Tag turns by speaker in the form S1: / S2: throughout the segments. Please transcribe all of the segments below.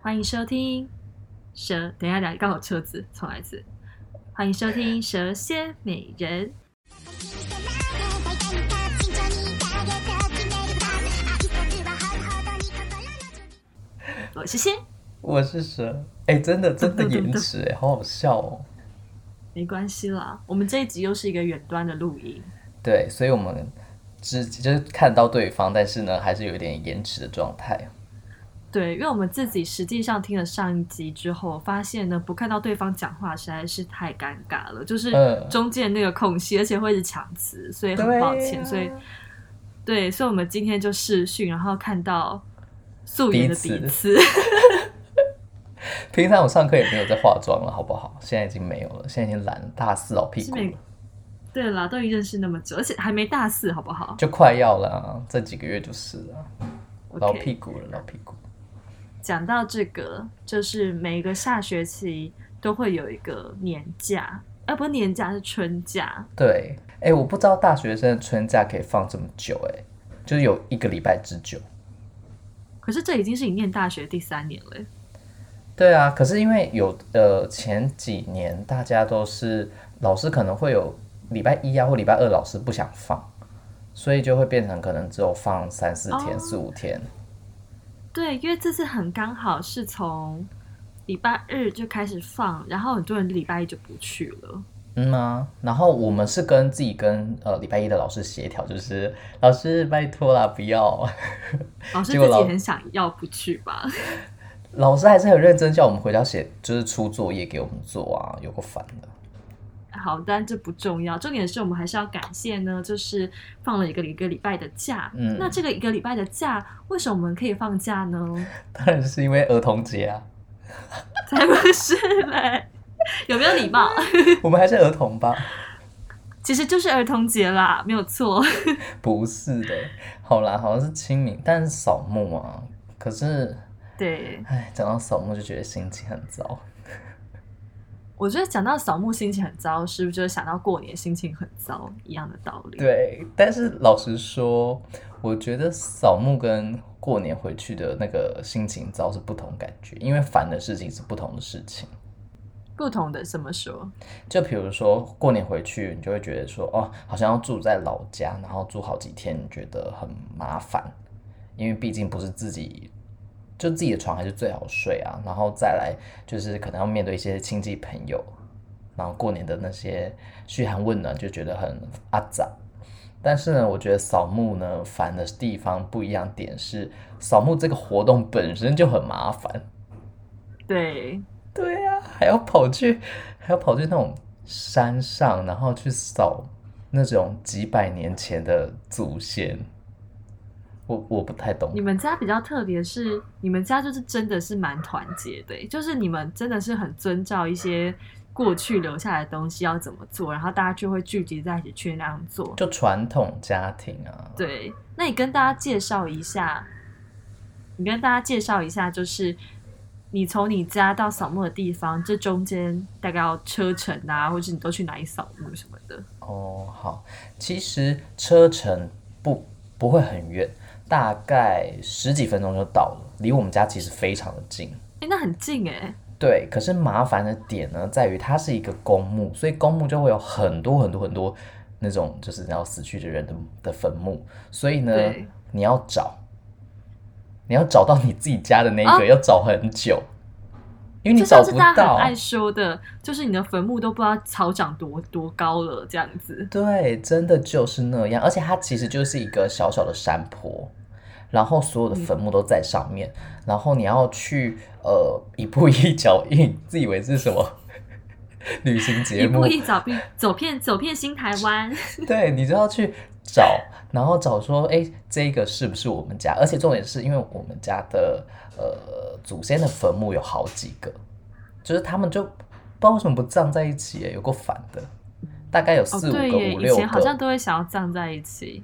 S1: 欢迎收听蛇。等一下，等一下，刚好车子，重来一次。欢迎收听《蛇蝎美人》。我是仙，
S2: 我是蛇，哎、真的真的
S1: 噔噔噔
S2: 延迟、哎，好好笑哦。
S1: 没关系啦。我们这一集又是一个远端的录音，
S2: 对，所以我们只就是看到对方，但是呢，还是有一点延迟的状态。
S1: 对，因为我们自己实际上听了上一集之后，发现呢，不看到对方讲话实在是太尴尬了，就是
S2: 嗯
S1: 中间那个空隙，而且会一直抢词，所以很抱
S2: 对
S1: 歉。
S2: 啊
S1: 所以，对，所以我们今天就视讯，然后看到素颜的
S2: 彼此
S1: 彼此，
S2: 平常我上课也没有在化妆了，好不好？现在已经没有了，现在已经懒了，大四老屁 股
S1: 是没
S2: 了，
S1: 对啦，都已经认识那么久，而且还没大四，好不好
S2: 就快要了、啊，这几个月就是了、老
S1: ？OK，
S2: 屁股了，老屁股。
S1: 讲到这个，就是每一个下学期都会有一个年假，啊，不是年假是春假，
S2: 对，哎、我不知道大学生的春假可以放这么久、哎，就是有一个礼拜之久。
S1: 可是这已经是你念大学第三年了耶。
S2: 对啊，可是因为有呃前几年大家都是老师可能会有礼拜一啊或礼拜二老师不想放，所以就会变成可能只有放三四天、
S1: 哦
S2: 四五天。
S1: 对，因为这次很刚好是从礼拜日就开始放，然后很多人礼拜一就不去了。
S2: 嗯啊，然后我们是跟自己跟呃礼拜一的老师协调，就是老师拜托啦，不要。
S1: 老师自
S2: 结果
S1: 己
S2: 老
S1: 很想要不去吧？
S2: 老师还是很认真叫我们回家写，就是出作业给我们做啊，有个烦的。
S1: 好，但这不重要，重点是我们还是要感谢呢，就是放了一个一个礼拜的假。
S2: 嗯
S1: 那这个一个礼拜的假，为什么我们可以放假呢？
S2: 当然是因为儿童节啊，
S1: 才不是嘞，有没有礼貌？
S2: 我们还是儿童吧。
S1: 其实就是儿童节啦，没有错。
S2: 不是的，好啦，好像是清明，但是扫墓啊。可是，
S1: 对，
S2: 哎，讲到扫墓就觉得心情很糟。
S1: 我觉得讲到扫墓心情很糟，是不是就是想到过年心情很糟一样的道理？
S2: 对，但是老实说，我觉得扫墓跟过年回去的那个心情糟是不同感觉，因为烦的事情是不同的事情。
S1: 不同的怎么说？
S2: 就比如说过年回去，你就会觉得说，哦，好像要住在老家，然后住好几天，你觉得很麻烦，因为毕竟不是自己，就自己的床还是最好睡啊。然后再来就是可能要面对一些亲戚朋友，然后过年的那些嘘寒问暖，就觉得很阿杂。但是呢，我觉得扫墓呢烦的地方不一样点是，扫墓这个活动本身就很麻烦。
S1: 对，
S2: 对呀、还要跑去，还要跑去那种山上，然后去扫那种几百年前的祖先。我我不太懂
S1: 你，们家比较特别是，你们家就是真的是蛮团结的欸，就是你们真的是很遵照一些过去留下来的东西要怎么做，然后大家就会聚集在一起去那样做。
S2: 就传统家庭啊，
S1: 对，那你跟大家介绍一下，你跟大家介绍一下，就是你从你家到扫墓的地方，这中间大概要车程啊，或者你都去哪里扫墓什么的。
S2: 哦，好，其实车程不不会很远，大概十几分钟就到了，离我们家其实非常的近。
S1: 哎，那很近哎、
S2: 对，可是麻烦的点呢，在于它是一个公墓，所以公墓就会有很多很多很多那种就是要死去的人的的坟墓，所以呢
S1: 对，
S2: 你要找，你要找到你自己家的那一个，
S1: 啊
S2: 要找很久，因为你
S1: 就
S2: 找
S1: 像是
S2: 不
S1: 大家
S2: 到
S1: 很。爱说的，就是你的坟墓都不知道草长多多高了，这样子。
S2: 对，真的就是那样，而且它其实就是一个小小的山坡，然后所有的坟墓都在上面，然后你要去呃一步一脚印，自以为是什么 旅行节
S1: 一
S2: 目
S1: 步，一脚印，走遍走遍新台湾。哦
S2: 对你就要去找，然后找说，哎，这个是不是我们家？而且重点是因为我们家的呃祖先的坟墓有好几个，就是他们就不知道为什么不葬在一起耶，有够烦的。大概有
S1: 哦，
S2: 四五个、
S1: 对耶，
S2: 五
S1: 以
S2: 六
S1: 前好像
S2: 个，
S1: 都会想要葬在一起。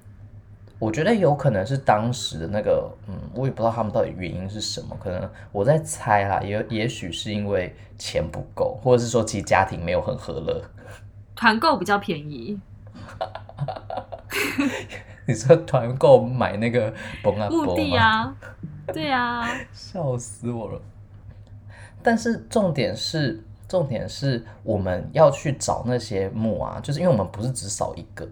S2: 我觉得有可能是当时的那个，嗯，我也不知道他们到底原因是什么，可能我在猜啦，也也许是因为钱不够，或者是说其实家庭没有很和乐。
S1: 团购比较便宜，
S2: 你说团购买那个崩啊
S1: 墓
S2: 崩
S1: 地
S2: 啊，
S1: 啊，对啊，
S2: 笑死我了。但是重点是，重点是我们要去找那些墓啊，就是因为我们不是只扫一个，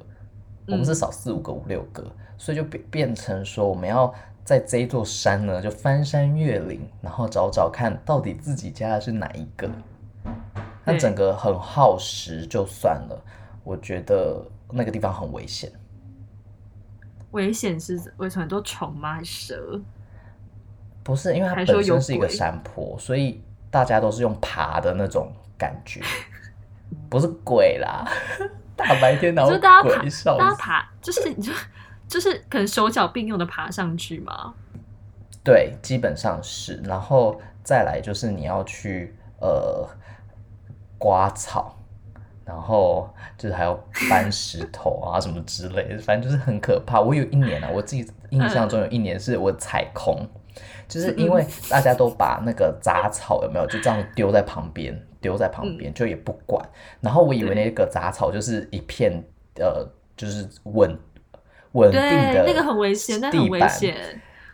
S2: 我们是扫四五个、五六个，所以就变变成说我们要。在这一座山呢，就翻山越岭，然后找找看到底自己家的是哪一个。那
S1: 对
S2: 整个很耗时，就算了。我觉得那个地方很危险，
S1: 危险是为什么很多虫吗？还是蛇？
S2: 不是因为它
S1: 还说
S2: 本
S1: 有
S2: 身是一个
S1: 鬼
S2: 山坡，所以大家都是用爬的那种感觉，不是鬼 啦。大白天哪
S1: 你
S2: 有
S1: 说大家爬
S2: 鬼笑
S1: 大家
S2: 死？
S1: 爬就是你就就是可能手脚并用的爬上去嘛。
S2: 对，基本上是。然后再来就是你要去呃刮草，然后就是还要搬石头啊什么之类的，反正就是很可怕。我有一年啊，我自己印象中有一年是我踩空，就是因为大家都把那个杂草有没有就这样丢在旁边，丢在旁
S1: 嗯
S2: 边就也不管。然后我以为
S1: 对
S2: 那个杂草就是一片呃，就是稳呃稳定
S1: 对
S2: 的，
S1: 那个很危险，那很
S2: 地
S1: 危
S2: 板
S1: 险，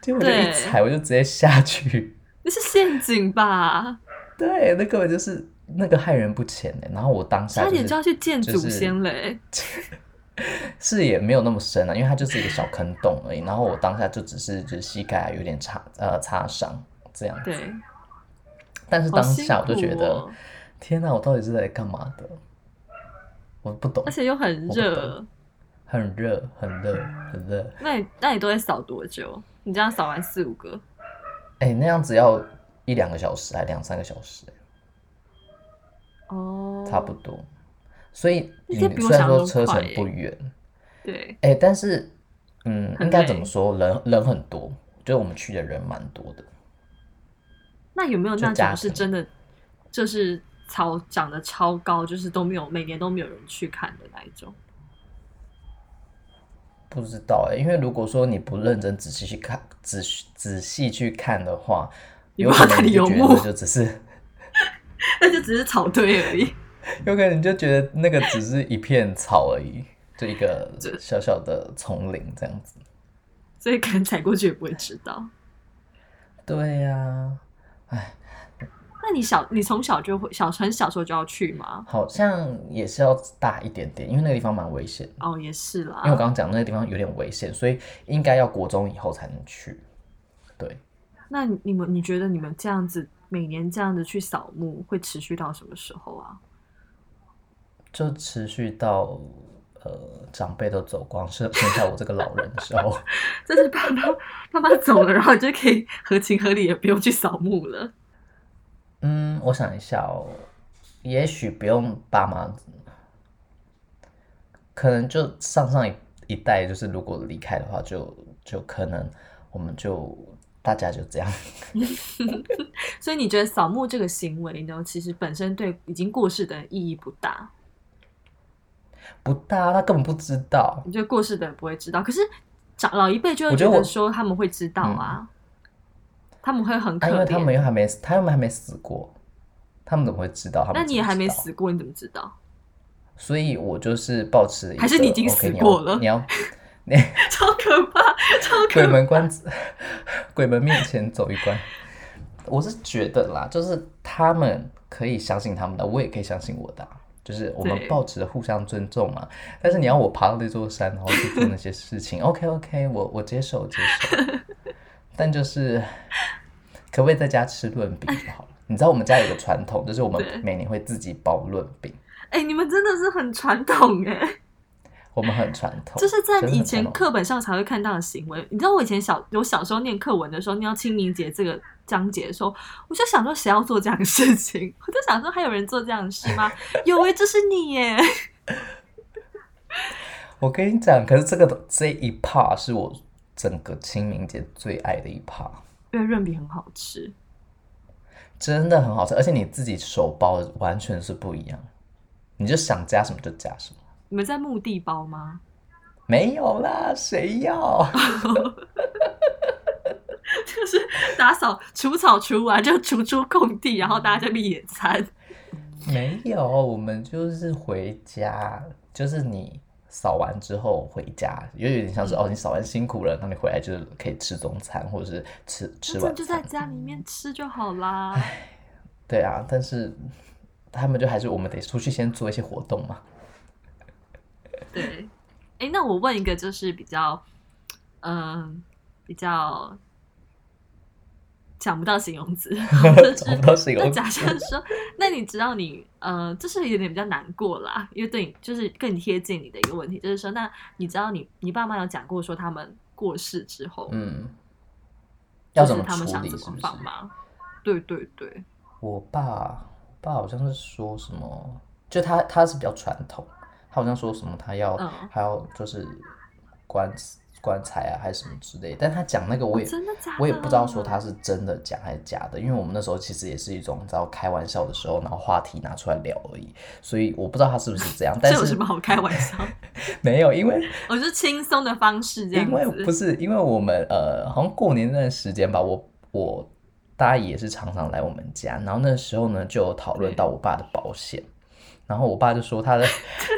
S2: 结果我就一
S1: 对
S2: 踩，我就直接下去。
S1: 那是陷阱吧？
S2: 对，那根本就是那个害人不浅的。然后我当下
S1: 差
S2: 啊就
S1: 点就要
S2: 是
S1: 去见
S2: 就
S1: 祖
S2: 是
S1: 先嘞。
S2: 视野没有那么深啊，因为它就是一个小坑洞而已。然后我当下就只是就是膝盖有点擦呃擦伤这样，
S1: 对，
S2: 但是
S1: 好
S2: 当
S1: 辛
S2: 下我就觉
S1: 苦
S2: 得、
S1: 哦
S2: 天哪，我到底是在干嘛的？我不懂
S1: 而，且又很
S2: 我不
S1: 热。
S2: 很热，很热，很热。
S1: 那你那你都会扫多久？你这样扫完四五个，
S2: 哎、那样子要一两个小时，还两三个小时，
S1: 哦，
S2: 差不多。所以
S1: 那
S2: 你
S1: 这比我
S2: 虽然
S1: 想象中
S2: 说车
S1: 快
S2: 程
S1: 耶
S2: 不远，
S1: 对，
S2: 哎、但是，嗯，
S1: 很
S2: 应该怎
S1: 累
S2: 么说？人人很多，就是我们去的人蛮多的。
S1: 那有没有
S2: 就
S1: 那
S2: 加
S1: 种是
S2: 成
S1: 真的，就是草长得超高，就是都没有每年都没有人去看的那一种？
S2: 不知道哎、因为如果说你不认真仔细去看，仔细仔细去看的话，
S1: 你
S2: 有
S1: 不知
S2: 可
S1: 道哪
S2: 能你
S1: 里
S2: 就
S1: 有
S2: 觉
S1: 木
S2: 得就只是，
S1: 那就只是草堆而已。
S2: 有可能你就觉得那个只是一片草而已，就一个
S1: 这
S2: 小小的丛林这样子。
S1: 所以可能踩过去也不会知道。
S2: 对呀、哎，
S1: 那你小，你从小就会小很小时候就要去吗？
S2: 好像也是要大一点点，因为那个地方蛮危险的。
S1: 哦，也是啦
S2: 因为我。刚刚讲那个地方有点危险，所以应该要国中以后才能去。对。
S1: 那你你们你觉得你们这样子每年这样子去扫墓会持续到什么时候啊？
S2: 就持续到呃长辈都走光，剩剩下我这个老人的时候，
S1: 就是爸妈爸妈走了，然后你就可以合情合理也不用去扫墓了。
S2: 嗯，我想一下哦，也许不用爸妈，可能就上上一一代，就是如果离开的话就，就可能我们就大家就这样，
S1: 所以你觉得扫墓这个行为呢，其实本身对已经过世的人意义不大，
S2: 不大，啊他根本不知道，
S1: 你觉得过世的人不会知道，可是长老一辈就会
S2: 我觉得
S1: 觉得
S2: 我
S1: 说他们会知道啊，他们会很可
S2: 啊，因为
S1: 怜。
S2: 他们又还没，他们还没死过，他们怎么会知道？他们
S1: 那你也
S2: 怎么
S1: 还没
S2: 知道
S1: 死过，你怎么知道？
S2: 所以我就是抱持一
S1: 还是
S2: 个
S1: 你已经
S2: OK，
S1: 死
S2: 你要
S1: 过了
S2: 你要
S1: 超可怕，超
S2: 鬼
S1: 可怕。
S2: 门关， 鬼门面前走一关。我是觉得啦，就是他们可以相信他们的，我也可以相信我的啊、就是我们
S1: 对
S2: 保持着互相尊重嘛。但是你要我爬到那座山，然后去做那些 事情，OK OK，我我接受我接受。但就是可不可以在家吃润 饼就好了？你知道我们家有个传统，就是我们
S1: 对
S2: 每年会自己包润饼，
S1: 哎、你们真的是很传统哎、
S2: 我们很传统，
S1: 就是在
S2: 哦真的
S1: 以
S2: 很传
S1: 前
S2: 统
S1: 课本上才会看到的行为。你知道我以前小，我小时候念课文的时候，念到清明节这个章节的时候，我就想说谁要做这样的事情？我就想说还有人做这样的事 吗？有哎、这是你耶！
S2: 我跟你讲，可是这个这一 part 是我整个清明节最爱的一 part，
S1: 因为润饼很好吃，
S2: 真的很好吃，而且你自己手包完全是不一样，你就想加什么就加什么，
S1: 你们在墓地包吗？
S2: 没有啦，谁要？
S1: 就是打扫除草除完就除出空地，然后大家在那边野餐。
S2: 没有，我们就是回家，就是你扫完之后回家，又有点像
S1: 嗯
S2: 是、哦，你扫完辛苦了，那你回来就是可以吃中餐或者是吃吃
S1: 那
S2: 晚
S1: 就在
S2: 餐，
S1: 家里面吃就好啦。
S2: 对啊，但是他们就还是我们得出去先做一些活动嘛。
S1: 对，哎，那我问一个，就是比较，嗯、比较想不到形容 词，就
S2: 找
S1: 是
S2: 不到形
S1: 那
S2: 容
S1: 假设
S2: 词，
S1: 说，那你知道你呃，就是有点比较难过啦，因为对你就是更贴近你的一个问题，就是说，那你知道你你爸妈有讲过说他们过世之后，
S2: 嗯，
S1: 就
S2: 要
S1: 是
S2: 怎么
S1: 他们
S2: 处
S1: 想
S2: 理
S1: 怎
S2: 是
S1: 么
S2: 不是？啊
S1: 放吗？对对对，
S2: 我爸，我爸好像是说什么，就他他是比较传统，他好像说什么他要、
S1: 嗯
S2: 还要就是棺棺材啊还是什么之类的，但他讲那个我也、
S1: 哦真的假的？
S2: 我也不知道说他是真的讲还是假的，因为我们那时候其实也是一种你知道开玩笑的时候，然后话题拿出来聊而已，所以我不知道他是不是 这样，但
S1: 这有什
S2: 是
S1: 么好开玩笑？
S2: 没有，因为
S1: 我是轻松的方式这样
S2: 因为
S1: 子，
S2: 不是因为我们呃，好像过年那段时间吧，我我大姨也是常常来我们家，然后那时候呢就有讨论
S1: 对
S2: 到我爸的保险，然后我爸就说 他的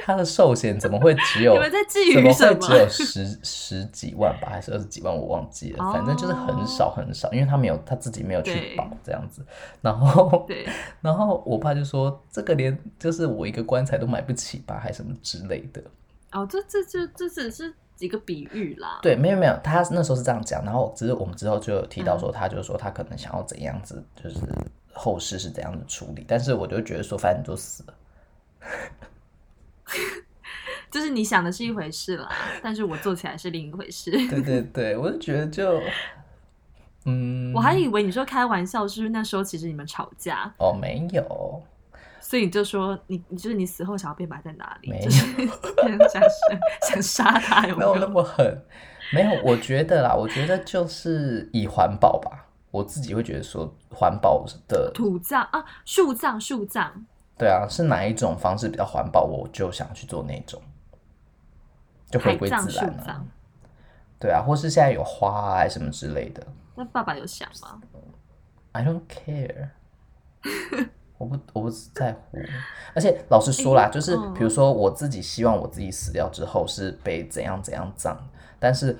S2: 他的寿险怎么会只有
S1: 你们在觊
S2: 怎
S1: 觎
S2: 么
S1: 什
S2: 会
S1: 么
S2: 只有十十几万吧，还是二十几万？我忘记了，反正就是很少很少，因为他没有他自己没有去
S1: 哦对
S2: 保这样子，然后
S1: 对，
S2: 然后我爸就说这个连就是我一个棺材都买不起吧，还什么之类的。
S1: 哦，这这这这只是几个比喻啦，
S2: 对，没有没有，他那时候是这样讲，然后只是我们之后就有提到说，他就是说他可能想要怎样子，就是后事是怎样子处理，但是我就觉得说，反正你就死了，
S1: 就是你想的是一回事啦， 但是我做起来是另一回事。
S2: 对对对，我就觉得就，嗯，
S1: 我还以为你说开玩笑，是不是那时候其实你们吵架，
S2: 哦没有，
S1: 所以你就说你你就是你死后想要被埋在哪里，
S2: 没有
S1: 就是 想想想杀他有
S2: 没
S1: 没
S2: 有那
S1: 有？
S2: 么狠，没有，我觉得啦，我觉得就是以环保吧，我自己会觉得说环保的，
S1: 土葬啊，树葬，树葬，
S2: 对啊，是哪一种方式比较环保，我就想去做那种，就回
S1: 海
S2: 归
S1: 葬，
S2: 自
S1: 树
S2: 然了、
S1: 葬。
S2: 对啊，或是现在有花啊什么之类的
S1: 那爸爸有想吗？
S2: ，I don't care，我不我不在乎。而且老实说啦，就是
S1: 嗯
S2: 比如说我自己希望我自己死掉之后是被怎样怎样葬，但是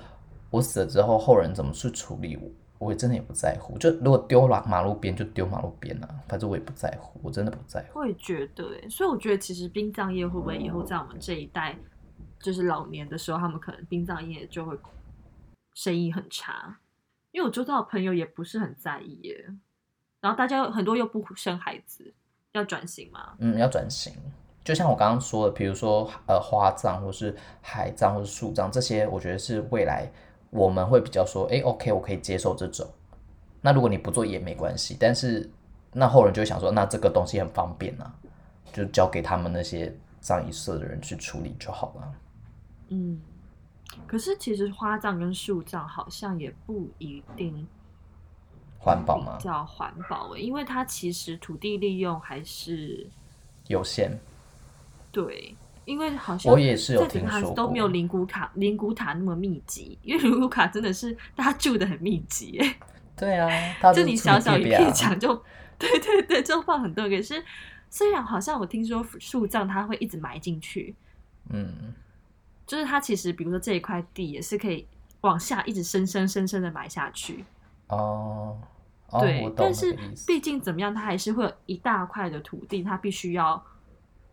S2: 我死了之后后人怎么去处理我，我也真的也不在乎。就如果丢了马路边就丢马路边啊，反正我也不在乎，我真的不在乎。
S1: 我也觉得欸，所以我觉得其实殡葬业会不会以后在我们这一代，就是老年的时候，他们可能殡葬业就会生意很差，因为我周遭的朋友也不是很在意耶，然后大家很多又不生孩子，要转型嘛，
S2: 嗯，要转型。就像我刚刚说的，比如说呃花葬或是海葬或是树葬这些，我觉得是未来我们会比较说，哎，OK，我可以接受这种。那如果你不做也没关系，但是那后人就会想说，那这个东西很方便啊，就交给他们那些葬仪社的人去处理就好了。
S1: 嗯，可是其实花葬跟树葬好像也不一定
S2: 环保嘛
S1: 比，较环保耶，欸因为它其实土地利用还是
S2: 有限，
S1: 对，因为好像
S2: 我也是有
S1: 在整
S2: 听
S1: 个韩
S2: 说
S1: 国
S2: 过
S1: 都没。有灵骨塔灵骨塔那么密集，因为灵骨塔真的是大家住的很密集耶，
S2: 对啊，他
S1: 就你小小一片
S2: 墙，
S1: 墙就， 对对对，就放很多个。可是虽然好像我听说树葬它会一直埋进去，
S2: 嗯，
S1: 就是它其实比如说这一块地也是可以往下一直深深深深的埋下去，
S2: 哦，哦，
S1: 对
S2: 我，懂
S1: 但
S2: 那
S1: 是
S2: 个意思。
S1: 毕竟怎么样，它还是会有一大块的土地，它必须要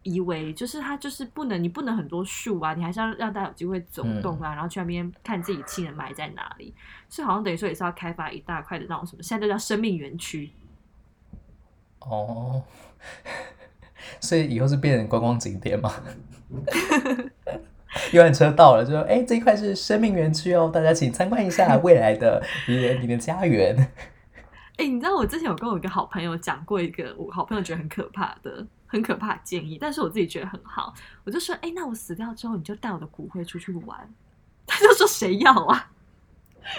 S1: 移为，就是它就是不能，你不能很多树啊，你还是要让大家有机会走动
S2: 嗯
S1: 啊，然后去那边看自己亲人埋在哪里，所以好像等于说也是要开发一大块的那种什么，现在就叫生命园区，
S2: 哦， 所以以后是变成观光景点吗？ 游览车到了，就说：“哎、这一块是生命园区哦，大家请参观一下未来的你的你的家园。
S1: 哎、你知道我之前有跟我一个好朋友讲过一个我好朋友觉得很可怕的、很可怕的建议，但是我自己觉得很好。我就说，哎、那我死掉之后，你就带我的骨灰出去玩。 他就说谁要啊？”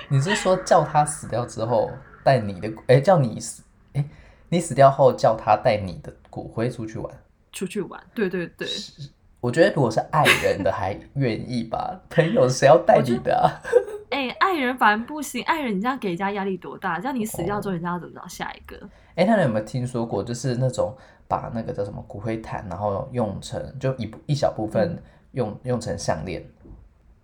S2: 你是说叫他死掉之后带你的哎、叫你死哎、你死掉后叫他带你的骨灰出去玩？
S1: 出去玩，对对对，
S2: 我觉得如果是爱人的还愿意吧，朋友谁要带你的、啊？
S1: 哎、爱人反而不行，爱人你这样给人家压力多大？这样你死掉
S2: 哦
S1: 之后，人家要怎么找下一个？
S2: 哎，那你有没有听说过，就是那种把那个叫什么
S1: 嗯
S2: 骨灰坛，然后用成就一部一小部分用用成项链，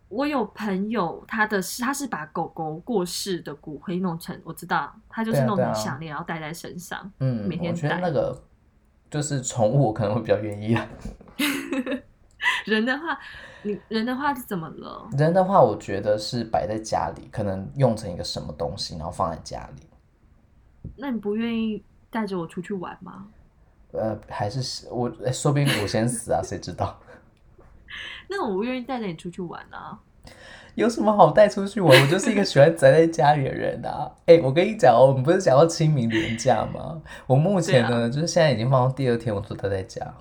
S1: 我有朋友，他的是他是把狗狗过世的骨灰弄成，我知道他就是
S2: 对啊
S1: 弄
S2: 对
S1: 成
S2: 啊
S1: 项链，然后戴在身上。
S2: 嗯，
S1: 每天
S2: 我觉得
S1: 戴
S2: 那个就是宠物，我可能会比较愿意啊。
S1: 人的话，你人的话是怎么了？
S2: 人的话，我觉得是摆在家里，可能用成一个什么东西，然后放在家里。
S1: 那你不愿意带着我出去玩吗？
S2: 呃，还是死我，诶说不定我先死啊，谁知道？
S1: 那我不愿意带着你出去玩啊。
S2: 有什么好带出去玩？我就是一个喜欢宅在家里的人啊！ 哎、我跟你讲哦，我们不是讲到清明连假吗？我目前呢，
S1: 啊
S2: 就是现在已经放到第二天，我都待在家，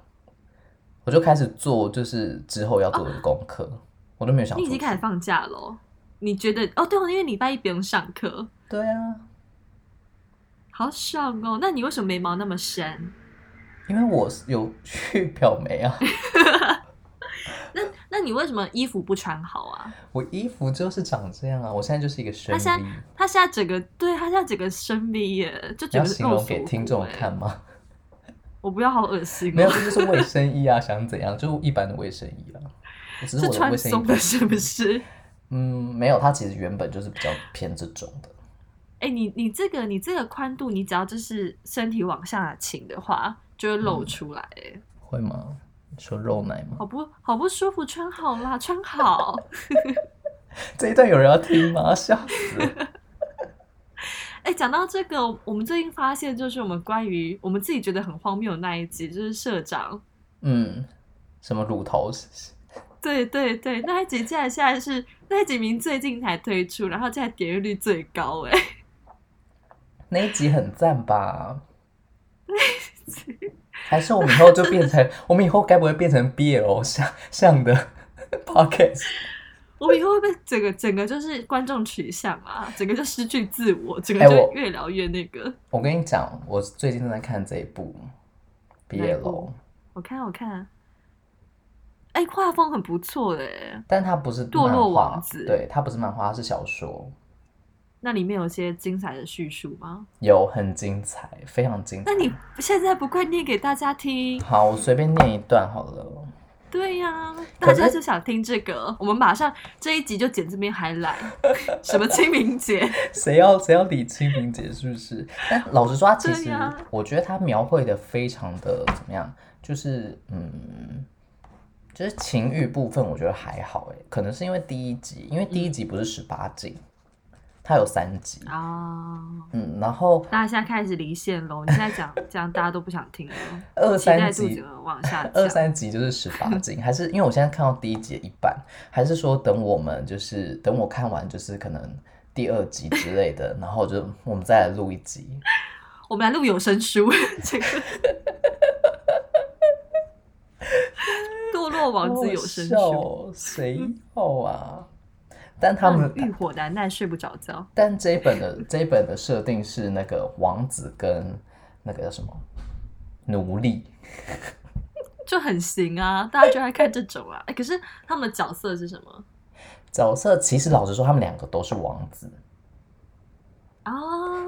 S2: 我就开始做就是之后要做的功课，我都没有想
S1: 哦你
S2: 出
S1: 已
S2: 去。
S1: 经开始放假了哦，你觉得哦？对哦，因为礼拜一不用上课，
S2: 对啊，
S1: 好爽哦。那你为什么眉毛那么深？
S2: 因为我是有去漂眉啊，
S1: 那那你为什么衣服不穿好啊？
S2: 我衣服就是长这样啊，我现在就是一个深
S1: 他现在
S2: V。
S1: 他现在整个对他现在整个生理耶，就
S2: 你
S1: 整
S2: 要
S1: 个
S2: 形
S1: 露
S2: 容
S1: 锁
S2: 给
S1: 骨
S2: 听众
S1: 耶
S2: 看吗？
S1: 哎我欸不要好恶心、哦，
S2: 没有，这就是卫生衣啊，想怎样？就一般的卫生衣啊。只是
S1: 是
S2: 我的
S1: 穿
S2: 卫生衣
S1: 松
S2: 不
S1: 的，
S2: 好
S1: 是不是？
S2: 嗯，没有，它其实原本就是比较偏这种的。
S1: 哎、你你这个你这个宽度，你只要就是身体往下倾的话，就会
S2: 嗯
S1: 露出来、哎、
S2: 会吗？你说肉奶吗？
S1: 好不好不舒服，穿好啦，穿好。
S2: 这一段有人要听吗？ 笑死了！
S1: 哎、讲到这个，我们最近发现，就是我们关于我们自己觉得很荒谬的那一集，就是社长，
S2: 嗯，什么乳头？
S1: 对对对，那一集竟然现在是那一集名最近才推出，然后现在点阅率最高、哎。
S2: 那一集很赞吧？还是我们以后就变成，我们以后该不会变成 BL 像像的 podcast？
S1: 我以后会被整个整个就是观众取向啊，整个就失去自我，整
S2: 哎
S1: 个就
S2: 我
S1: 越聊越那个。
S2: 我跟你讲，我最近正在看这一部
S1: 哪一部
S2: BL，
S1: 我看我看，哎、画风很不错哎，
S2: 但它不是
S1: 堕落
S2: 漫画
S1: 王子
S2: 对，它不是漫画，它是小说，
S1: 那里面有些精彩的叙述吗？
S2: 有很精彩，非常精彩
S1: 那。你现在不快念给大家听？
S2: 好，我随便念一段好了。
S1: 对呀、大
S2: 可是
S1: 家就想听这个，我们马上这一集就剪这边还来 什么清明节，
S2: 谁要谁要理清明节是不是？但老实说，他其
S1: 对
S2: 实
S1: 呀
S2: 我觉得他描绘的非常的怎么样，就是嗯，就是情欲部分我觉得还好哎，可能是因为第一集，因为第一集不是十八禁，它有三集，
S1: 嗯啊、
S2: 嗯，然后
S1: 大家现在开始离线喽！你现在讲这样，大家都不想听了，
S2: 二
S1: 期待
S2: 三
S1: 肚子
S2: 集。
S1: 往下降。
S2: 二三集 就是十八禁，还是因为我现在看到第一集的一半，还是说等我们就是等我看完就是可能第二集之类的，然后就我们再来录一集，
S1: 我们来录有声书， 这 个堕落王子有声
S2: 好好笑
S1: 书，
S2: 哦谁要啊？但他们，
S1: 欲火难耐，睡不着觉。
S2: 但这一本的这一本的设定是那个王子跟那个叫什么奴隶，
S1: 就很行啊，大家就爱看这种啊。哎可是他们的角色是什么
S2: 角色其实老实说，他们两个都是王子，
S1: 啊？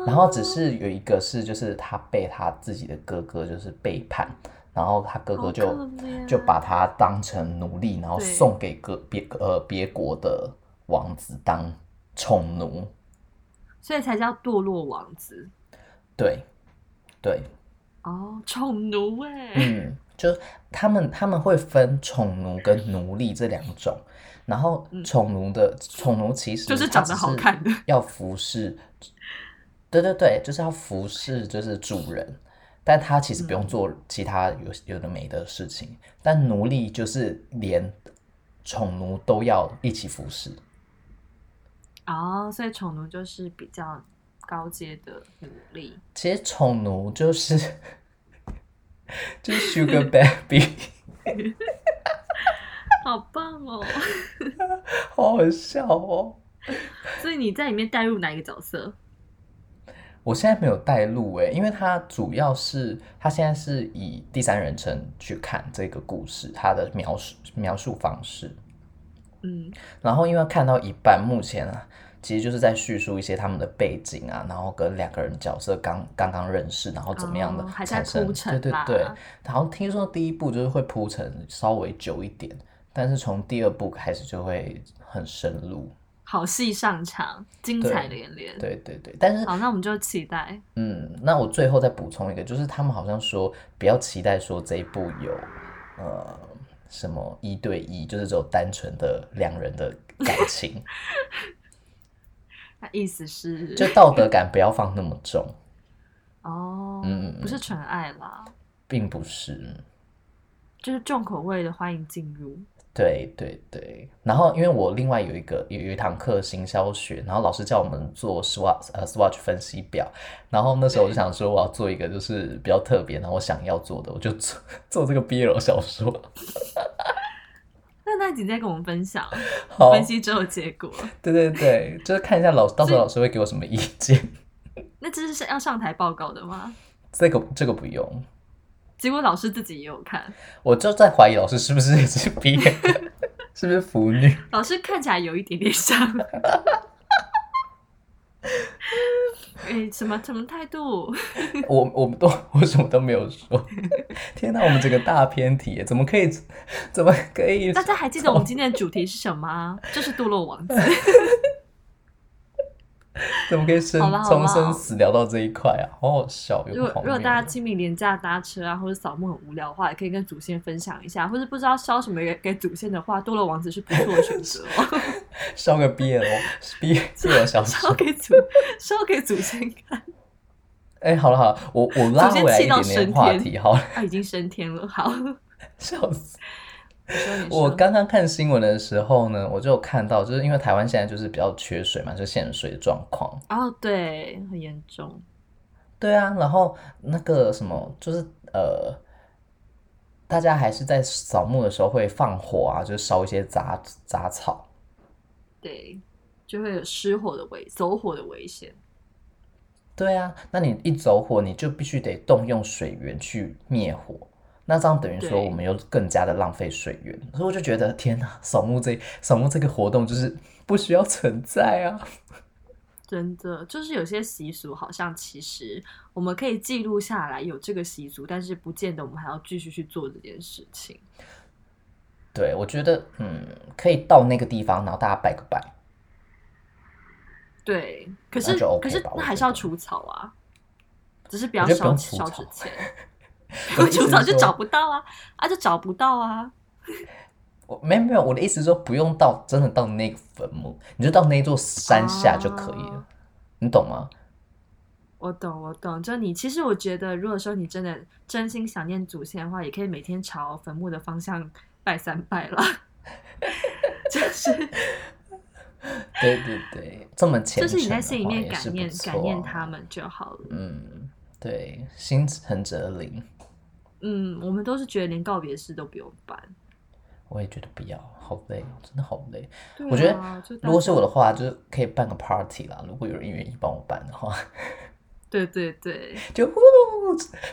S2: 然后只是有一个是就是他被他自己的哥哥就是背叛，然后他哥
S1: 好
S2: 哥就
S1: 可怜啊
S2: 就把他当成奴隶，然后
S1: 对
S2: 送给各别呃别国的王子当宠奴，
S1: 所以才叫堕落王子
S2: 对对，
S1: 哦，宠奴哎、
S2: 嗯，就是他们他们会分宠奴跟奴隶这两种，然后
S1: 嗯
S2: 宠奴的宠奴其实
S1: 就是
S2: 它
S1: 长得
S2: 只
S1: 好
S2: 是
S1: 看的
S2: 要服侍，对对对，就是要服侍就是主人，但他其实不用做其他有有的没的事情，但奴隶就是连宠奴都要一起服侍，
S1: 哦，所以宠奴就是比较高阶的奴隶。
S2: 其实宠奴就是就是 sugar baby。
S1: 好棒哦！
S2: 好好笑哦！
S1: 所以你在里面带入哪一个角色？
S2: 我现在没有带路哎，因为它主要是它现在是以第三人称去看这个故事，它的描述描述方式。
S1: 嗯，
S2: 然后因为看到一半，目前啊，其实就是在叙述一些他们的背景啊，然后跟两个人角色刚刚刚认识，然后怎么样的
S1: 哦还在
S2: 产生，
S1: 铺陈
S2: 对对
S1: 吧
S2: 对。然后听说第一部就是会铺陈稍微久一点，但是从第二部开始就会很深入。
S1: 好戏上场，精彩连连。
S2: 对对对，但是
S1: 好，那我们就期待。
S2: 嗯，那我最后再补充一个，就是他们好像说不要期待说这一部有呃什么一对一，就是只有单纯的两人的感情，
S1: 那意思是
S2: 就道德感不要放那么重，
S1: 哦，
S2: 嗯嗯嗯
S1: 不是纯爱啦，
S2: 并不是。
S1: 就是重口味的，欢迎进入。
S2: 对对对，然后因为我另外有一个有有一堂课行销学，然后老师叫我们做 SWOT 呃 SWOT 分析表，然后那时候我就想说我要做一个就是比较特别，然后我想要做的，我就做 做这个 BL 小说。
S1: 那那你再跟我们分享，
S2: 好，
S1: 分析之后结果。
S2: 对对对，就是看一下老到时候老师会给我什么意见。
S1: 那这是要上台报告的吗？
S2: 这个这个不用，
S1: 结果老师自己也有看，
S2: 我就在怀疑老师是不是也是 BL，是不是腐女？
S1: 老师看起来有一点点像。 诶，哎什么什么态度？
S2: 我我们都我什么都没有说。 天哪，我们整个大偏题耶，怎么可以怎么可以？
S1: 大家还记得我们今天的主题是什么啊？就是堕落王子。
S2: 怎么可以生
S1: 好啦好啦
S2: 从生死聊到这一块啊？好好笑，有
S1: 如果
S2: 荒
S1: 如
S2: 谬
S1: 果大家清明廉假搭车啊，或者扫墓很无聊的话，也可以跟祖先分享一下，或者不知道烧什么给给祖先的话，堕落王子是不错的选择 哦。
S2: 烧个 BL BL BL 小
S1: 烧
S2: 说。
S1: 给祖烧给祖先看，
S2: 哎、好了好了，我我拉
S1: 首先
S2: 回来
S1: 气
S2: 一
S1: 到
S2: 点点
S1: 升
S2: 话
S1: 天
S2: 题，好了，
S1: 啊他已经升天了。好，你
S2: 笑死。
S1: 说你说
S2: 我刚刚看新闻的时候呢，我就有看到，就是因为台湾现在就是比较缺水嘛，就限水的状况。
S1: 哦，对，很严重。
S2: 对啊，然后那个什么，就是呃，大家还是在扫墓的时候会放火啊，就是烧一些杂杂草。
S1: 对，就会有失火的危，走火的危险。
S2: 对啊，那你一走火，你就必须得动用水源去灭火。那这样等于说，
S1: 对
S2: 我们又更加的浪费水源，所以我就觉得天哪，扫墓这扫墓这个活动就是不需要存在啊。
S1: 真的，就是有些习俗，好像其实我们可以记录下来有这个习俗，但是不见得我们还要继续去做这件事情。
S2: 对，我觉得嗯，可以到那个地方，然后大家拜个拜。
S1: 对，可是、
S2: 那就 OK
S1: 可是
S2: 吧我
S1: 那
S2: 觉
S1: 还是要
S2: 得
S1: 除草啊，只是不要
S2: 我觉得
S1: 烧
S2: 不用除
S1: 烧
S2: 草
S1: 纸钱，
S2: 我的意思
S1: 除草
S2: 是
S1: 就
S2: 说
S1: 找不到啊，啊就找不到啊，
S2: 我没有没有，我的意思是说，不用到真的到那个坟墓，你就到那座山下就可以了，
S1: 啊
S2: 你懂吗？
S1: 我懂，我懂。就你，其实我觉得，如果说你真的真心想念祖先的话，也可以每天朝坟墓的方向拜三拜啦。 就是
S2: 对对对，这么虔
S1: 就
S2: 诚
S1: 是你在
S2: 的
S1: 心里
S2: 话
S1: 面
S2: 也
S1: 感
S2: 是不
S1: 念、
S2: 错
S1: 感念
S2: 啊
S1: 他们就好了。
S2: 嗯，对，心诚则灵，
S1: 嗯，我们都是觉得连告别式都不用办。
S2: 我也觉得不要，好累，哦真的好累。
S1: 对
S2: 我觉
S1: 啊
S2: 得
S1: 就大
S2: 如果是
S1: 家
S2: 我的话，就是可以办个 party 啦。如果有人愿意帮我办的话，
S1: 对对对，
S2: 就呜，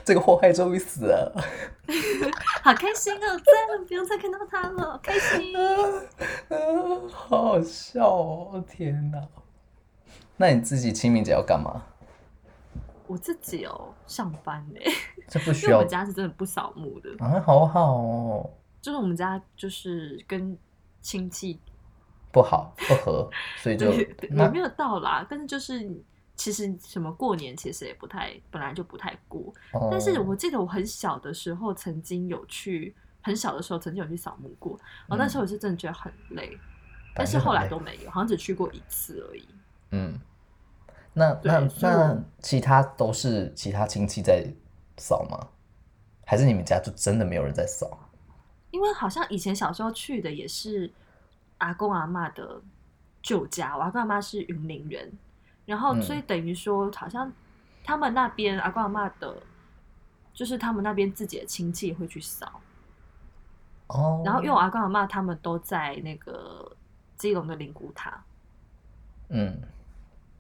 S2: 这个祸害终于死了。
S1: 好开心哦！再也不用再看到他了，开心。
S2: 嗯，啊好好笑哦！天哪，那你自己清明节要干嘛？
S1: 我自己哦，上班呢，
S2: 这不
S1: 因
S2: 需
S1: 为我
S2: 要
S1: 们家是真的不扫墓的。
S2: 啊，好好哦，
S1: 就是我们家就是跟亲戚，
S2: 不好不 合，所以就
S1: 对对
S2: 那
S1: 我没有到啦，但是就是其实什么过年其实也不太，本来就不太过。
S2: 哦
S1: 但是我记得我很小的时候曾经有去，很小的时候曾经有去扫墓过，然后那时候我是真的觉得很累，但是后来都没有，好像只去过一次而已。
S2: 嗯，那
S1: 对
S2: 那
S1: 所以我
S2: 那其他都是其他亲戚在扫吗？还是你们家就真的没有人在扫？
S1: 因为好像以前小时候去的也是阿公阿妈的旧家，我阿公阿妈是云林人，然后
S2: 嗯
S1: 所以等于说好像他们那边阿公阿妈的，就是他们那边自己的亲戚会去扫，
S2: 哦，
S1: 然后因为我阿公阿妈他们都在那个基隆的灵骨塔，
S2: 嗯，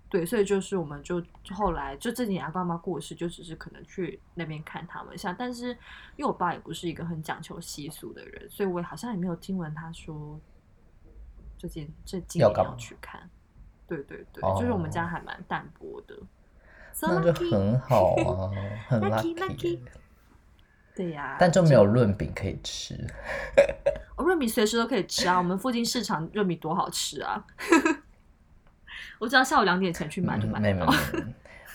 S1: 对，所以就是我们就后来就这几年阿公阿妈过世，就只是可能去那边看他们一下。但是因为我爸也不是一个很讲求习俗的人，所以我也好像也没有听闻他说这件这今
S2: 要
S1: 年
S2: 干嘛哦
S1: 要去看。对对对，就是我们家还蛮淡薄的。So
S2: 那就
S1: lucky
S2: 很好啊，很
S1: Lucky，lucky
S2: lucky 耶。
S1: 对呀、
S2: 但就没有润饼可以吃。
S1: 哦润米随时都可以吃啊，我们附近市场润米多好吃啊！ 我只要下午两点前去买就买
S2: 嗯没
S1: 得
S2: 没
S1: 到。
S2: 没，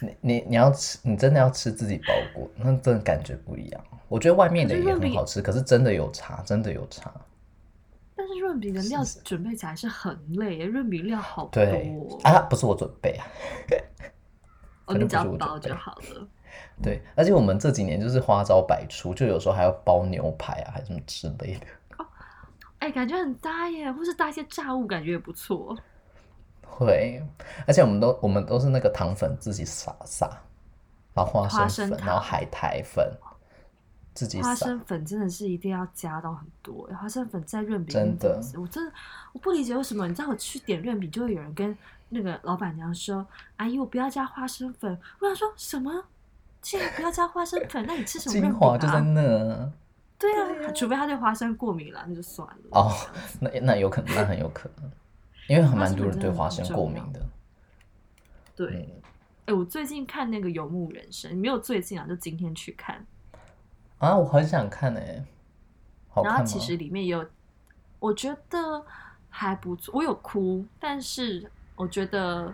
S2: 没你你你要吃，你真的要吃自己包裹，那真的感觉不一样。我觉得外面的
S1: 可是
S2: 也
S1: 润
S2: 很
S1: 饼
S2: 好吃，可是真的有差，真的有差。
S1: 但是润饼的料准备起来是很累耶，润饼料好多
S2: 对
S1: 哦，
S2: 啊，不是我准备啊，
S1: 哦
S2: 真的
S1: 你
S2: 不
S1: 只
S2: 是
S1: 要
S2: 我
S1: 包
S2: 准备
S1: 就好了。
S2: 对，而且我们这几年就是花招百出，就有时候还要包牛排啊，还是什么之类的，
S1: 哎、感觉很搭耶，或是搭一些炸物，感觉也不错。
S2: 会。而且我们都我们都是那个糖粉自己撒撒，然后花
S1: 花
S2: 生
S1: 生
S2: 粉，
S1: 糖
S2: 然后海苔粉，自己
S1: 花
S2: 撒。
S1: 生粉真的是一定要加到很多，花生粉在润饼
S2: 真的
S1: 里面我真的我不理解为什么，你知道我去点润饼就会有人跟那个老板娘说：“阿姨，我不要加花生粉。”我想说什么？既然不要加花生粉，那你吃什么润
S2: 精
S1: 饼
S2: 华
S1: 啊？
S2: 就在那
S1: 对啊，除非他对花生过敏了，那就算了。
S2: 哦，那那有可能，那很有可能，因为蛮多人对花
S1: 花
S2: 生
S1: 生粉真的很
S2: 过
S1: 重
S2: 敏
S1: 要
S2: 的。嗯
S1: 对，哎、我最近看那个《游牧人生》，没有最近啊，就今天去看。
S2: 啊，我很想看哎、好
S1: 然
S2: 看
S1: 后
S2: 吗？
S1: 其实里面也有，我觉得还不错，我有哭，但是我觉得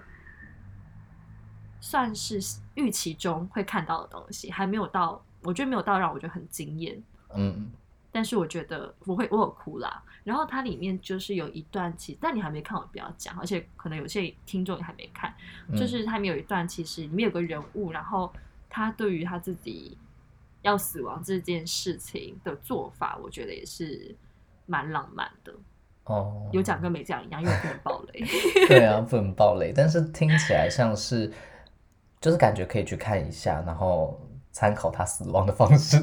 S1: 算是预期中会看到的东西，还没有到，我觉得没有到让我觉得很惊艳，
S2: 嗯，
S1: 但是我觉得我会我有哭啦。然后它里面就是有一段其，但你还没看，我不要讲，而且可能有些听众也还没看，
S2: 嗯
S1: 就是他们有一段，其实里面有个人物，然后他对于他自己要死亡这件事情的做法，我觉得也是蛮浪漫的。
S2: 哦，
S1: 有讲跟没讲一样，因为我不能爆雷。
S2: 对啊，不能爆雷，但是听起来像是，就是感觉可以去看一下，然后参考他死亡的方式。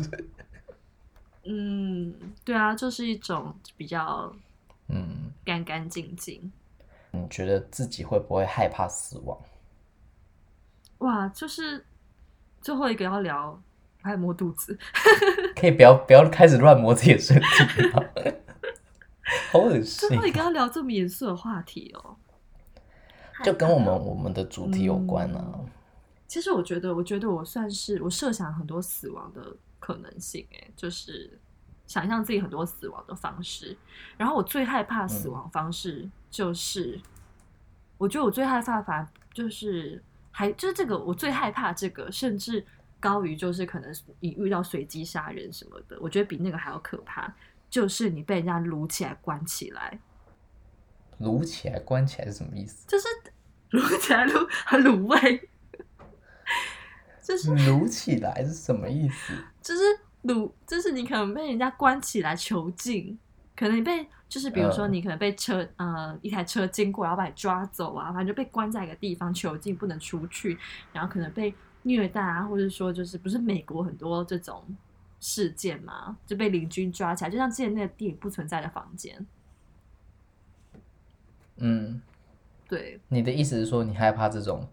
S1: 嗯，对啊，就是一种比较
S2: 嗯，
S1: 干干净净。
S2: 你觉得自己会不会害怕死亡？
S1: 哇，就是最后一个要聊，我还摸肚子。
S2: 可以不要不要开始乱摸自己的身体吗？ 好恶心
S1: 最，后一个要聊这么严肃的话题哦。
S2: 就跟我们我们的主题有
S1: 嗯
S2: 关啊。
S1: 其实我觉得，我觉得我算是我设想很多死亡的可能性，哎，就是想象自己很多死亡的方式。然后我最害怕的死亡方式就是，我觉得我最害怕的反而就是还就是这个我最害怕这个，甚至高于就是可能你遇到随机杀人什么的，我觉得比那个还要可怕，就是你被人家撸起来关起来，
S2: 撸起来关起来是什么意思？
S1: 就是撸起来撸很卤味， 就是
S2: 撸起来是什么意思？
S1: 就是鲁，就是你可能被人家关起来囚禁，可能你被就是比如说
S2: 嗯
S1: 你可能被车、呃一台车经过，然后把你抓走啊，反正就被关在一个地方囚禁，不能出去，然后可能被虐待啊，或者说就是不是美国很多这种事件嘛，就被邻居抓起来，就像之前那个电影《不存在的房间》，
S2: 嗯，
S1: 对
S2: 你的意思是说，你害怕这种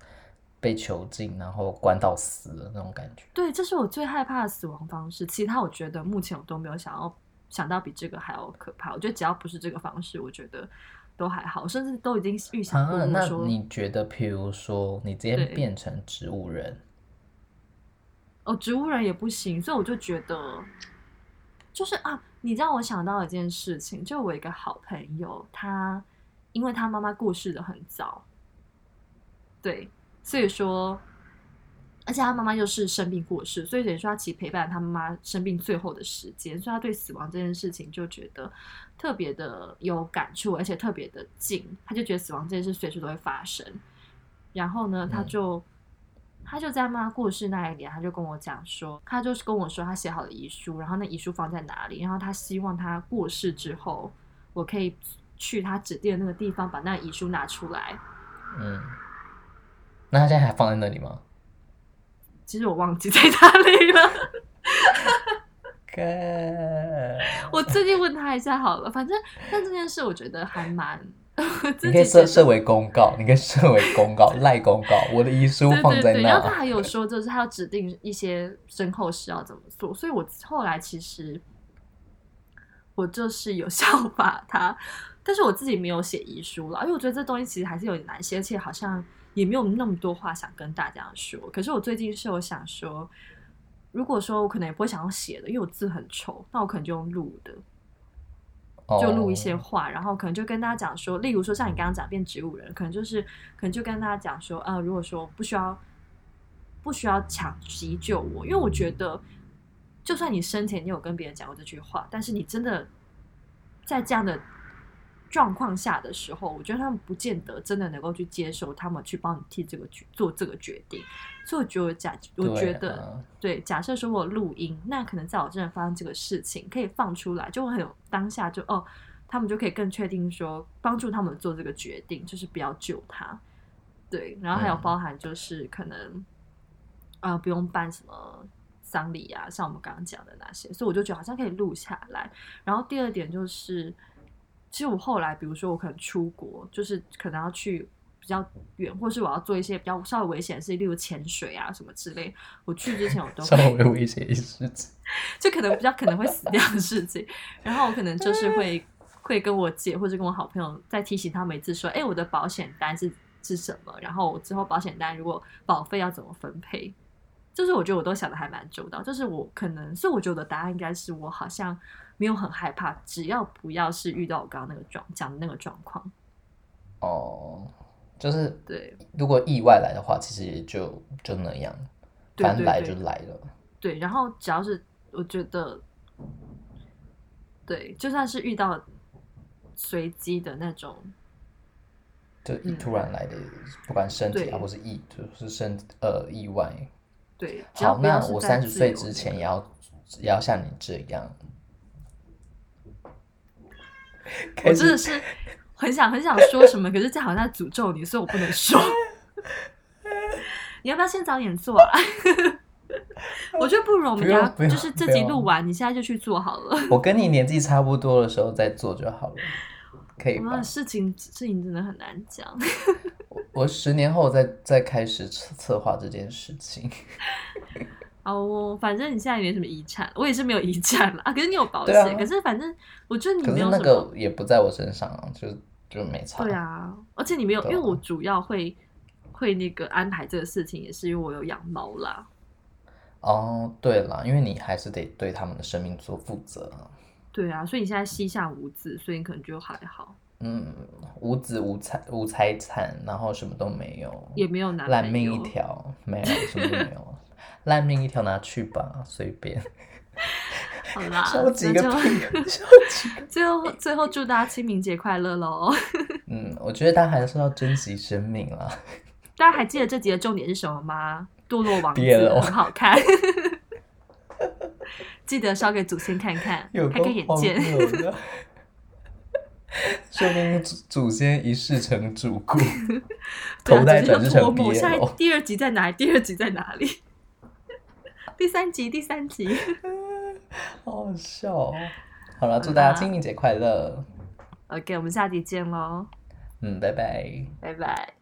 S2: 被囚禁然后关到死的那种感觉？
S1: 对，这是我最害怕的死亡方式，其他我觉得目前我都没有想要想到比这个还要可怕，我觉得只要不是这个方式，我觉得。都还好，甚至都已经预想过
S2: 啊，
S1: 我
S2: 那
S1: 说、
S2: 你觉得，譬如说，你直接
S1: 对
S2: 变成植物人，
S1: 哦，植物人也不行，所以我就觉得，就是啊，你让我想到一件事情，就我一个好朋友，他因为他妈妈过世的很早，对，所以说，而且他妈妈又是生病过世，所以等于说他其实陪伴他妈妈生病最后的时间，所以他对死亡这件事情就觉得特别的有感触，而且特别的近，他就觉得死亡这件事随时都会发生。然后呢，他
S2: 嗯
S1: 就、他就在妈妈过世那一年，他就跟我讲说，他就是跟我说他写好的遗书，然后那遗书放在哪里，然后他希望他过世之后，我可以去他指定的那个地方把那个遗书拿出来。
S2: 嗯，那他现在还放在那里吗？
S1: 其实我忘记在哪里了。 我最近问他一下好了，反正但这件事我觉得还蛮， 我自 己
S2: 你可
S1: 觉
S2: 以设
S1: 得
S2: 设为公告，你可以设为公告，赖公告，我的遗书
S1: 对
S2: 放
S1: 对
S2: 在
S1: 对，然后他
S2: 那。
S1: 还有说，就是他要指定一些身后事要怎么做，所以我后来其实我就是有效法他，但是我自己没有写遗书了，因为我觉得这东西其实还是有点难写，而且好像也没有那么多话想跟大家说。可是我最近是有想说，如果说我可能也不会想要写的，因为我字很丑，那我可能就用录的，
S2: 哦
S1: 就录一些话，然后可能就跟大家讲说，例如说像你刚刚讲变植物人，可能就是可能就跟大家讲说，呃，如果说不需要不需要抢急救我，因为我觉得，就算你生前你有跟别人讲过这句话，但是你真的在这样的状况下的时候，我觉得他们不见得真的能够去接受，他们去帮你替这个决做这个决定，所以我觉得假，我觉
S2: 对
S1: 得。
S2: 啊
S1: 对，假设说我录音，那可能在我真的发生这个事情，可以放出来，就会很有当下就哦，他们就可以更确定说帮助他们做这个决定，就是不要救他。对，然后还有
S2: 嗯
S1: 包含就是可能，啊，不用办什么丧礼啊，像我们刚刚讲的那些，所以我就觉得好像可以录下来。然后第二点就是，其实我后来比如说我可能出国，就是可能要去。比较远，或是我要做一些比较稍微危险的事，例如潜水啊什么之类。我去之前我都
S2: 稍
S1: 会
S2: 微危险一事情。
S1: 就可能比较可能会死掉的事情。然后我可能就是会会跟我姐或者跟我好朋友再提醒他每次说，哎、我的保险单是是什么？然后我之后保险单如果保费要怎么分配？就是我觉得我都想的还蛮周到，就是我可能，所以我觉得我的答案应该是我好像没有很害怕，只要不要是遇到我刚刚那个状讲的那个状况，
S2: 哦，就是
S1: 对
S2: 如果意外来的话，其实也就就那样，
S1: 对
S2: 反
S1: 对
S2: 正来
S1: 对嗯
S2: 就来了。
S1: 对，然后只要是我觉得，对，就算是遇到随机的那种
S2: 就一
S1: 嗯
S2: 突然来的，不管身体啊，
S1: 对
S2: 或是意，就是身呃意外。
S1: 对，只要
S2: 好，
S1: 不要
S2: 那
S1: 是
S2: 我
S1: 在
S2: 三十
S1: 自
S2: 岁
S1: 由
S2: 之
S1: 那
S2: 前
S1: 个
S2: 也要也要像你这 样。
S1: 我
S2: 开
S1: 真的
S2: 始
S1: 是很想很想说什么，可是这好像在诅咒你，所以我不能说。你要不要先早点做啊？ 我觉得不如我们
S2: 不用
S1: 等下
S2: 不用
S1: 就是这
S2: 不
S1: 集
S2: 用
S1: 录完，你现在就去做好了。
S2: 我跟你年纪差不多的时候再做就好了，可以
S1: 我的
S2: 吧？
S1: 事情事情真的很难讲，
S2: 我十年后再再开始策策划这件事情。
S1: 好哦，反正你现在也没什么遗产，我也是没有遗产啦。啊可是你有保
S2: 对啊
S1: 险，可是反正我觉得 你
S2: 可
S1: 没
S2: 是
S1: 有
S2: 那
S1: 什
S2: 个
S1: 么，
S2: 也不在我身上啊，就就没差。
S1: 对啊，而且你没有，因
S2: 对啊
S1: 为我主要会会那个安排这个事情，也是因为我有养猫啦。
S2: 哦，对啦，因为你还是得对他们的生命做负责啊。
S1: 对啊，所以你现在膝下无子，所以你可能就还好，
S2: 嗯，无子无财无财产，然后什么都没有，
S1: 也没有男
S2: 烂
S1: 朋
S2: 命一
S1: 友。
S2: 条，没有什么都没有，烂命一条拿去吧，随便。，
S1: 好啦
S2: 收几
S1: 啊那
S2: 个
S1: 就
S2: 屁啊，收几个。
S1: 最后最后祝大家清明节快乐喽！
S2: 嗯，我觉得他还是要珍惜生命啦。
S1: 大家还记得这集的重点是什么吗？堕落王
S2: BL
S1: 子很好看，记得烧给祖先看看
S2: 有，
S1: 开
S2: 够
S1: 开眼
S2: 荒
S1: 界。
S2: 谬的， 说明祖祖先一世成主顾，
S1: 对
S2: 头
S1: 啊，
S2: 戴
S1: 这
S2: 转
S1: 就
S2: 世成
S1: 是我母。现在
S2: BL。
S1: 第二集在哪里？第二集在哪里？第三集，第三集，
S2: 好好笑哦！好了，祝大家清明节快乐！
S1: OK，我们下集见喽，
S2: 嗯，拜拜。
S1: 拜拜。